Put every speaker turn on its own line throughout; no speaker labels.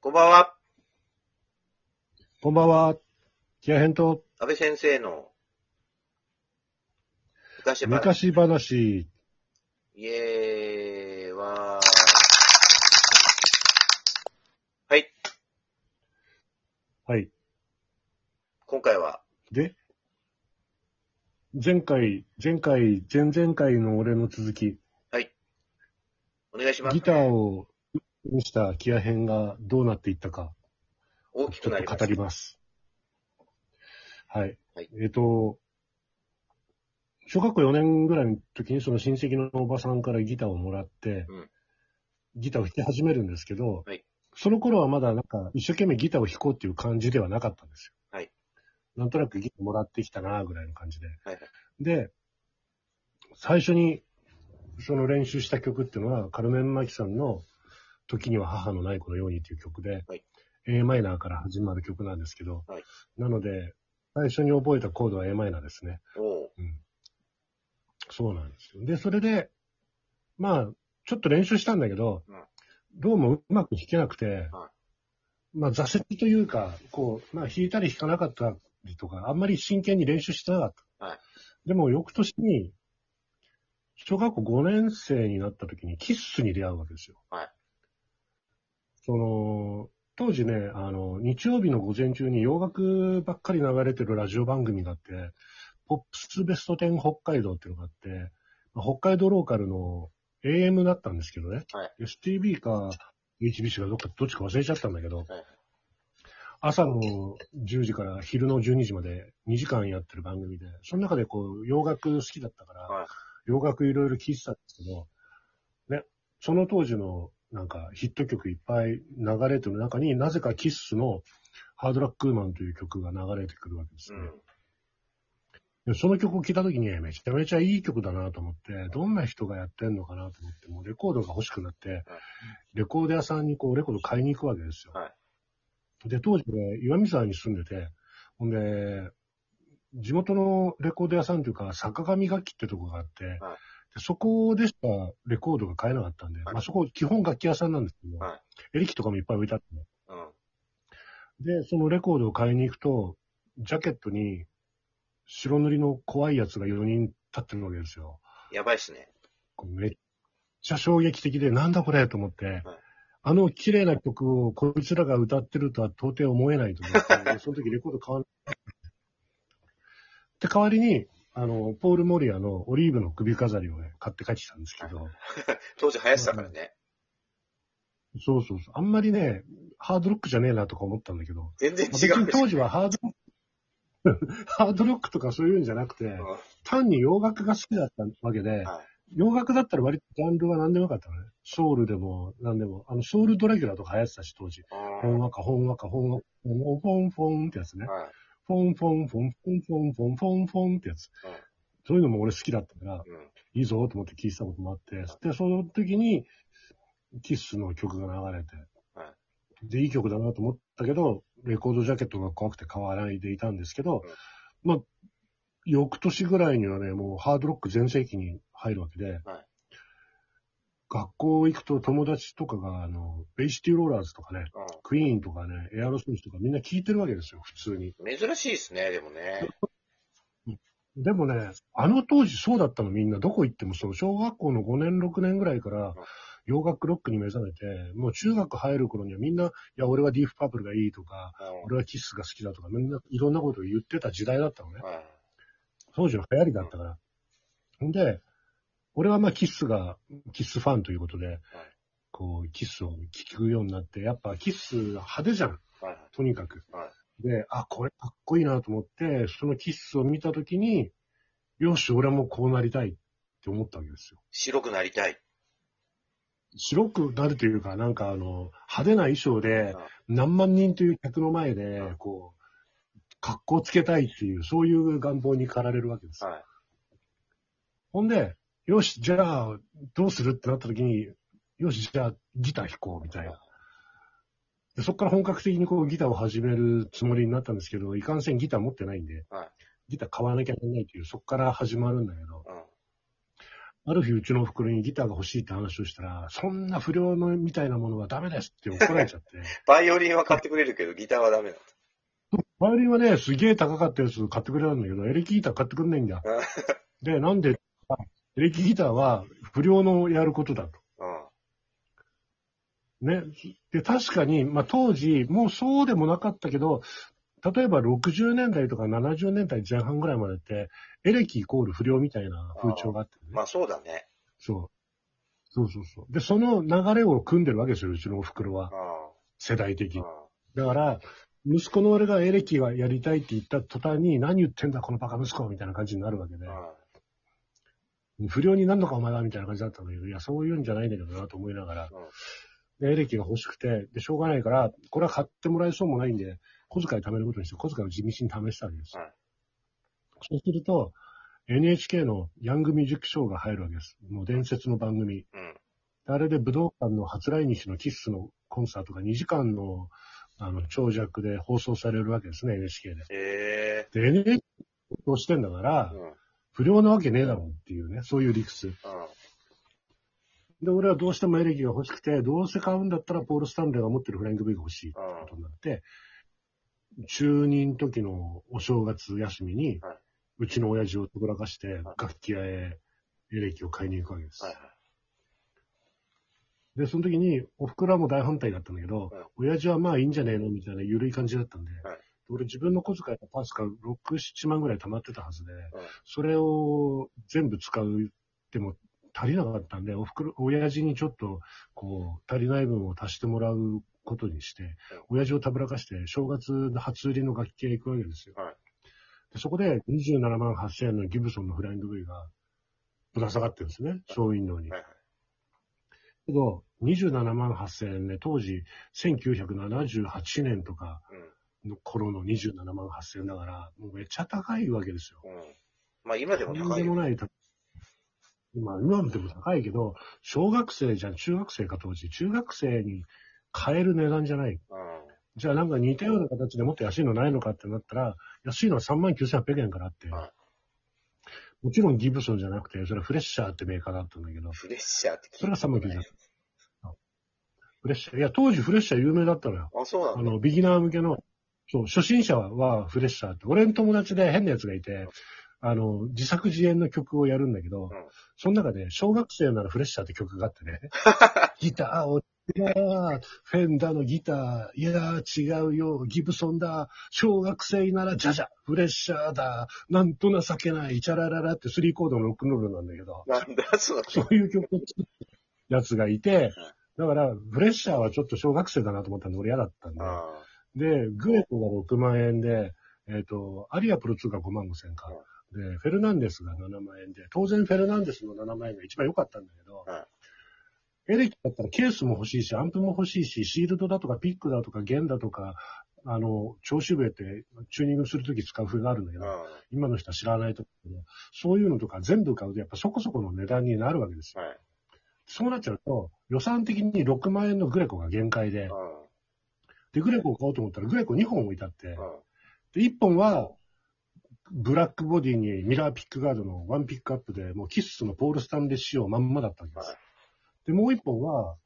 こんばんは。
こんばんは。キアヘンと
安倍先生の昔話。
昔話。
イエーイ、わー。はい、
はい。
今回は、
で、前回、前回、前々回の俺の続き、
お願いします。
ギターをにしたキアヘンがどうなっていったか、
大き
ち
く
ょ
な
っ
り
と
ま
語
す
り。ます。はい。
はい
えっ、と、小学校4年ぐらいの時にその親戚のおばさんからギターをもらって、
うん
ギターを弾き始めるんですけど、
はい
その頃はまだなんか一生懸命ギターを弾こうっていう感じではなかったんですよ。
はい
なんとなくギターもらってきたなぐらいの感じで。
はいはい
で、最初にその練習した曲っていうのは、カルメン・マキさんの時には母のない子のようにという曲で、
はい
a マイナーから始まる曲なんですけど、
はい
なので、最初に覚えたコードは a マイナーですね。
おう
うん。そうなんですよ。で、それで、まあ、ちょっと練習したんだけど、
うん
どうもうまく弾けなくて、
は
まあ挫折というか、こう、まあ弾いたり弾かなかったりとか、あんまり真剣に練習してなかった。
はい
でも翌年に、小学校5年生になった時にキッスに出会うわけですよ。
はい
その、当時ね、あの、日曜日の午前中に洋楽ばっかり流れてるラジオ番組があって、ポップスベスト10北海道っていうのがあって、まあ北海道ローカルの AM だったんですけどね。
は
STB か HBC かどっかどっちか忘れちゃったんだけど、朝の10時から昼の12時まで2時間やってる番組で、その中でこう洋楽好きだったから、
はい
洋楽いろいろ聴いてたんですけど、ね、その当時のなんかヒット曲いっぱい流れてる中になぜかキッスのハードラックウーマンという曲が流れてくるわけです
う
ね。
ん。
でその曲を聴いた時にめちゃめちゃいい曲だなと思って、どんな人がやってんのかなと思って、もうレコードが欲しくなって、レコード屋さんにこうレコード買いに行くわけですよ。
は
で、当時ね、岩見沢に住んでて、ほんで、地元のレコード屋さんというか、坂上楽器ってとこがあって、でそこでしかレコードが買えなかったんで、
はい
まあそこ基本楽器屋さんなんですけど、
は
エレキとかもいっぱい置いてあって、
うん。
で、そのレコードを買いに行くと、ジャケットに白塗りの怖いやつが4人立ってるわけですよ。
やばいっすね。
こうめっちゃ衝撃的で、なんだこれと思って、あの綺麗な曲をこいつらが歌ってるとは到底思えないと思って、その時レコード買わなかった。で、代わりに、あの、ポール・モリアのオリーブの首飾りをね、買って帰ってきたんですけど、
当時流行ってたからね。
そうそうそう、あんまりね、ハードロックじゃねえなとか思ったんだけど、
全然
まあ
違
別
う
に
で
当
し
時はハードロック、ハードロ ックとかそういうんじゃなくて、
ょ。
単に洋楽が好きだったわけで、
はい
洋楽だったら割とジャンルは何でもよかったのね。ソウルでも何でも、あの、ソウルドレギュラーとか流行ってたし、当時。
うん
ほんわか、ほんわか、ほんわか、フォンフォンフォンってやつね。
はい
フォンフォンフォンフォンフォンフォンフォンフォンってやつ。そういうのも俺好きだったから、
うん
いいぞと思って聴いてたこともあって、で、その時に、キッスの曲が流れて、
はい
で、いい曲だなと思ったけど、レコードジャケットが怖くて買わないでいたんですけど、まあ、翌年ぐらいにはね、もうハードロック全盛期に入るわけで、
はい
学校行くと友達とかが、あの、ベイシティローラーズとかね、
う
クイーンとかね、エアロスミスとかみんな聴いてるわけですよ、普通に。
ん珍しいっすね、でもね。
でもね、あの当時そうだったのみんな、どこ行ってもそう、小学校の5年、6年ぐらいから、洋楽ロックに目覚めて、もう中学入る頃にはみんな、いや、俺はディープパープルがいいとか、
うん
俺はキッスが好きだとか、みんないろんなことを言ってた時代だったのね。
はい
当時の流行りだったから。んで、俺はまあキッスが、キッスファンということで、こう、キッスを聴くようになって、やっぱキッス派手じゃん。
はい
とにかく。
は
で、あ、これかっこいいなと思って、そのキッスを見たときに、よし、俺もこうなりたいって思ったわけですよ。
白くなりたい。
白くなるというか、なんかあの、派手な衣装で
あ、
何万人という客の前
あ
で、こう、格好つけたいっていう、そういう願望に駆られるわけです。
は
ほんで、よし、じゃあ、どうするってなったときに、よし、じゃあ、ギター弾こう、みたいな。でそこから本格的にこうギターを始めるつもりになったんですけど、いかんせんギター持ってないんで、
はい
ギター買わなきゃいけないっていう、そこから始まるんだけど、
い。うん。
ある日、うちのお袋にギターが欲しいって話をしたら、そんな不良のみたいなものはダメですって怒られちゃって。
バイオリンは買ってくれるけど、ギターはダメだ。
バイオリンはね、すげえ高かったやつ買ってくれたんだけど、エレキギター買ってくんないんだ。で、なんで、エレキギターは不良のやることだと。
うん。
ね。で、確かに、まあ当時、もうそうでもなかったけど、例えば60年代とか70年代前半ぐらいまでって、エレキイコール不良みたいな風潮があってね。
まあそうだね。
そう。そうそうそう。で、その流れを組んでるわけですよ、うちのお袋は
う。ん。
世代的
う
に
ん。。
だから、息子の俺がエレキはやりたいって言った途端に、何言ってんだ、このバカ息子みたいな感じになるわけで、
うん
不良になんのかお前はみたいな感じだったんだけど、いや、そういうんじゃないんだけどなと思いながら、でエレキが欲しくて、で、しょうがないから、これは買ってもらえそうもないんで、小遣い貯めることにして、小遣いを地道に試したわけです。
はい
そうすると、NHK のヤングミュージックショーが入るわけです。もう伝説の番組。
うん。
あれで武道館の初来日のキッスのコンサートが2時間のあの長尺で放送されるわけですね、NHK で。
ええ
で、NHK をしてんだから
ー。う、ん。うん。
不良なわけねえだろうっていうね、そういう理屈。で、俺はどうしてもエレキが欲しくて、どうせ買うんだったらポール・スタンレーが持ってるフライング V が欲しいってことになって、中任時のお正月休みに
はいう
ちの親父をとらかして、
はい
楽器屋へエレキを買いに行くわけです。
はいはい。
で、その時に、おふくろはもう大反対だったんだけど、親父はまあいいんじゃねえのみたいな緩い感じだったんで、
はい
俺自分の小遣いが確か6、7万ぐらい貯まってたはずで、
うん。
それを全部使うっても足りなかったんで、おふくろ、親父にちょっと、こう、足りない分を足してもらうことにして、親父をたぶらかして、正月の初売りの楽器屋行くわけですよ。
はい
でそこで27万8000円のギブソンのフライング V がぶら下がってるんですね、ショーウィンドウに
はい。はい。
けど、27万8000円ね、当時、1978年とかの頃の27万8000円だから、もうめっちゃ高いわけですよ。
うん。うん。まあ今で
と
も
ん
高
で
い
も
よ。
ない高い。まあ、今でも高いけど、小学生じゃん、中学生か当時、中学生に買える値段じゃない。
うん。
じゃあなんか似たような形でもっと安いのないのかってなったら、安いのは39,800円からあって、
は
もちろんギブソンじゃなくて、それはフレッシャーってメーカーだったんだけど、
フレッシャーって
それは寒くないいフレッシャー、いや、当時フレッシャー有名だったのよ。
あ、そう
あ
なんだ。
の、ビギナー向けの、そう、初心者はフレッシャーって、俺の友達で変なやつがいて、あの、自作自演の曲をやるんだけど、
ん
その中で、小学生ならフレッシャーって曲があってね、ギターを、いやーフェンダーのギター、いやー違うよ、ギブソンだ、小学生ならジャジャ、フレッシャーだ、なんと情けない、チャラララってスリーコードのロックンロールなんだけど、
なんだ、その。
そういう曲を作ってるやつがいて、だから、フレッシャーはちょっと小学生だなと思ったんで、俺嫌だったんで、
あ
で、グエコが6万円で、えっ、と、アリアプロ2が5万5千か。で、フェルナンデスが7万円で、当然フェルナンデスの7万円が一番良かったんだけど、
は
エレキだったらケースも欲しいし、アンプも欲しいし、シールドだとかピックだとか弦だとか、あの、調子笛ってチューニングするとき使う風があるんだけ
あ。
ど、
うん。は
今の人は知らないと思うけど、そういうのとか全部買うとやっぱそこそこの値段になるわけですよ。
い。
そうなっちゃうと、予算的に6万円のグレコが限界
う、
で
ん。
で、グレコを買おうと思ったらグレコ2本置いてあって、
うん。
で、一本は、ブラックボディにミラーピックガードのワンピックアップで、もうキッスのポール・スタンレー仕様まんまだったわけです。
はい
で、もう一本は、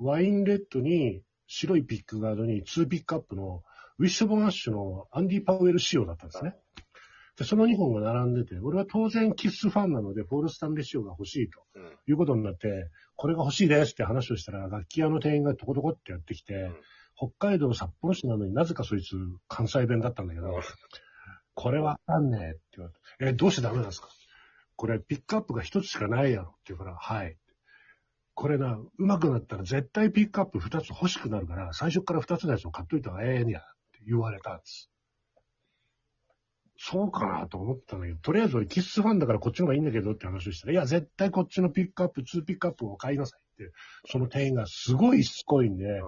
ワインレッドに白いピックガードにツーピックアップのウィッシュボンアッシュのアンディ・パウエル仕様だったんですね。で、その2本が並んでて、俺は当然キッスファンなので、ポール・スタンレー仕様が欲しいと
うん。
いうことになって、これが欲しいですって話をしたら、楽器屋の店員がトコトコってやってきて、
ん
北海道札幌市なのになぜかそいつ関西弁だったんだけど、
うん
これわかんねえって言われて、え、どうしてダメなんですかこれピックアップが一つしかないやろって言うから、はい。これな、上手くなったら絶対ピックアップ二つ欲しくなるから、最初から二つのやつを買っといた方がええんやって言われたんです。そうかなと思ったんだけど、とりあえず俺キッスファンだからこっちの方がいいんだけどって話をしたら、いや、絶対こっちのピックアップ、ツーピックアップを買いなさいって、その店員がすごいしつこいんで、
うん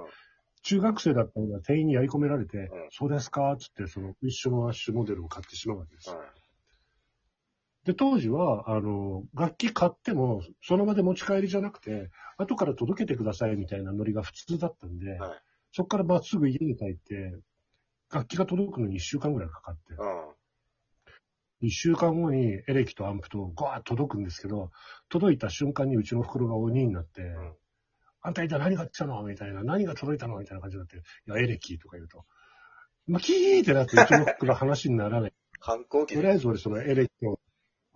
中学生だったのが店員にやり込められて、
ん
そうですかっつって、その一緒のアッシュモデルを買ってしまうわけです。
うん
で、当時は、あの、楽器買っても、その場で持ち帰りじゃなくて、後から届けてくださいみたいなノリが普通だったんで、
はい
そこからまっすぐ家に帰って、楽器が届くのに1週間ぐらいかかって、
うん。
一週間後にエレキとアンプとガーッと届くんですけど、届いた瞬間にうちの袋が鬼になって、
ん
あんた一体何があったのみたいな、何が届いたのみたいな感じになって、いや、エレキとか言うと、まあ、キーってなってうちの袋話にならない。
反抗期
とりあ
で。
えず俺そのエレキの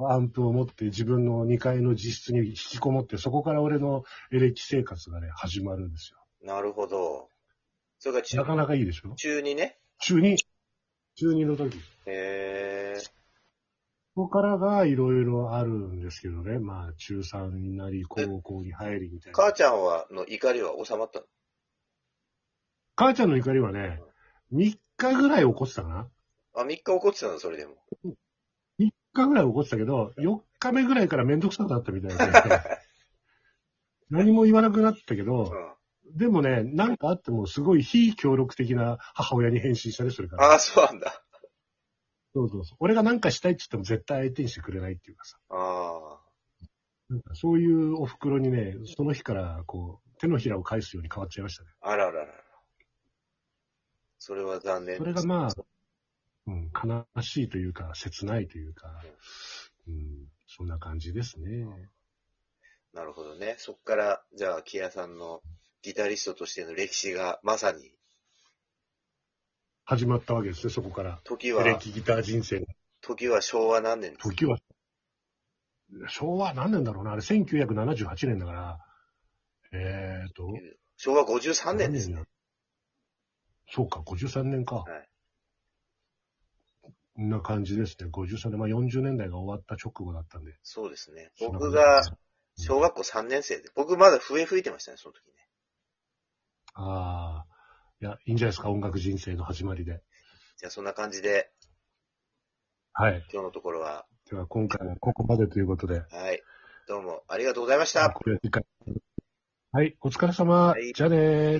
アンプを持って自分の2階の自室に引きこもって、そこから俺のエレキ生活がね、始まるんですよ。
なるほど。それが中
なかなかいいでしょ
中にね。
中二中二の時。
へえ。
ここからがいろいろあるんですけどね。まあ、中3になり、高校に入りみたいな。
母ちゃんは、の怒りは収まったの
母ちゃんの怒りはね、3日ぐらい起こってたかな。
あ、3日怒ってたの、それでも。
3日ぐらい起こってたけど、4日目ぐらいからめんどくさくなったみたい な。何も言わなくなったけ
う
ど、
ん。
でもね、なんかあってもすごい非協力的な母親に変身したね、それから。
ああ、そうなんだ。
そうそうそう。俺がなんかしたいって言っても絶対相手にしてくれないっていうかさ。
あ
なんかそういうお袋にね、その日からこう、手のひらを返すように変わっちゃいましたね。
あ。あらららら。それは残念。
それがまあ、うん、悲しいというか、切ないというか、うん、そんな感じですね。
なるほどね。そっから、じゃあ、キアさんのギタリストとしての歴史が、まさに、
始まったわけですね、そこから。
時
エ
は
レ、キギター人生の
時は昭和何年です
時は、昭和何年だろうな、あれ1978年だから、えーと、
昭和53年です
何
ね。
だそうか、53年か。
はい
こんな感じですね。53年、まあ40年代が終わった直後だったんで。
そうですね。
そんな
僕
感じ
が
ですね、
小学校3年生で、僕まだ笛吹いてましたね、その時ね。
ああ、いや、いいんじゃないですか、音楽人生の始まりで。
じゃあ、そんな感じで、
はい。
今日のところは、
では今回はここまでということで。
はい。どうもありがとうございました。
これは次回はい、お疲れ様。
はい
じゃあねー。